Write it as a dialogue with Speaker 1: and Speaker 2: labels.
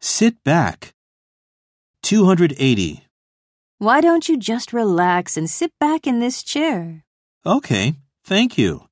Speaker 1: Sit back. 280.
Speaker 2: Why don't you just relax and sit back in this chair?
Speaker 1: Okay, thank you.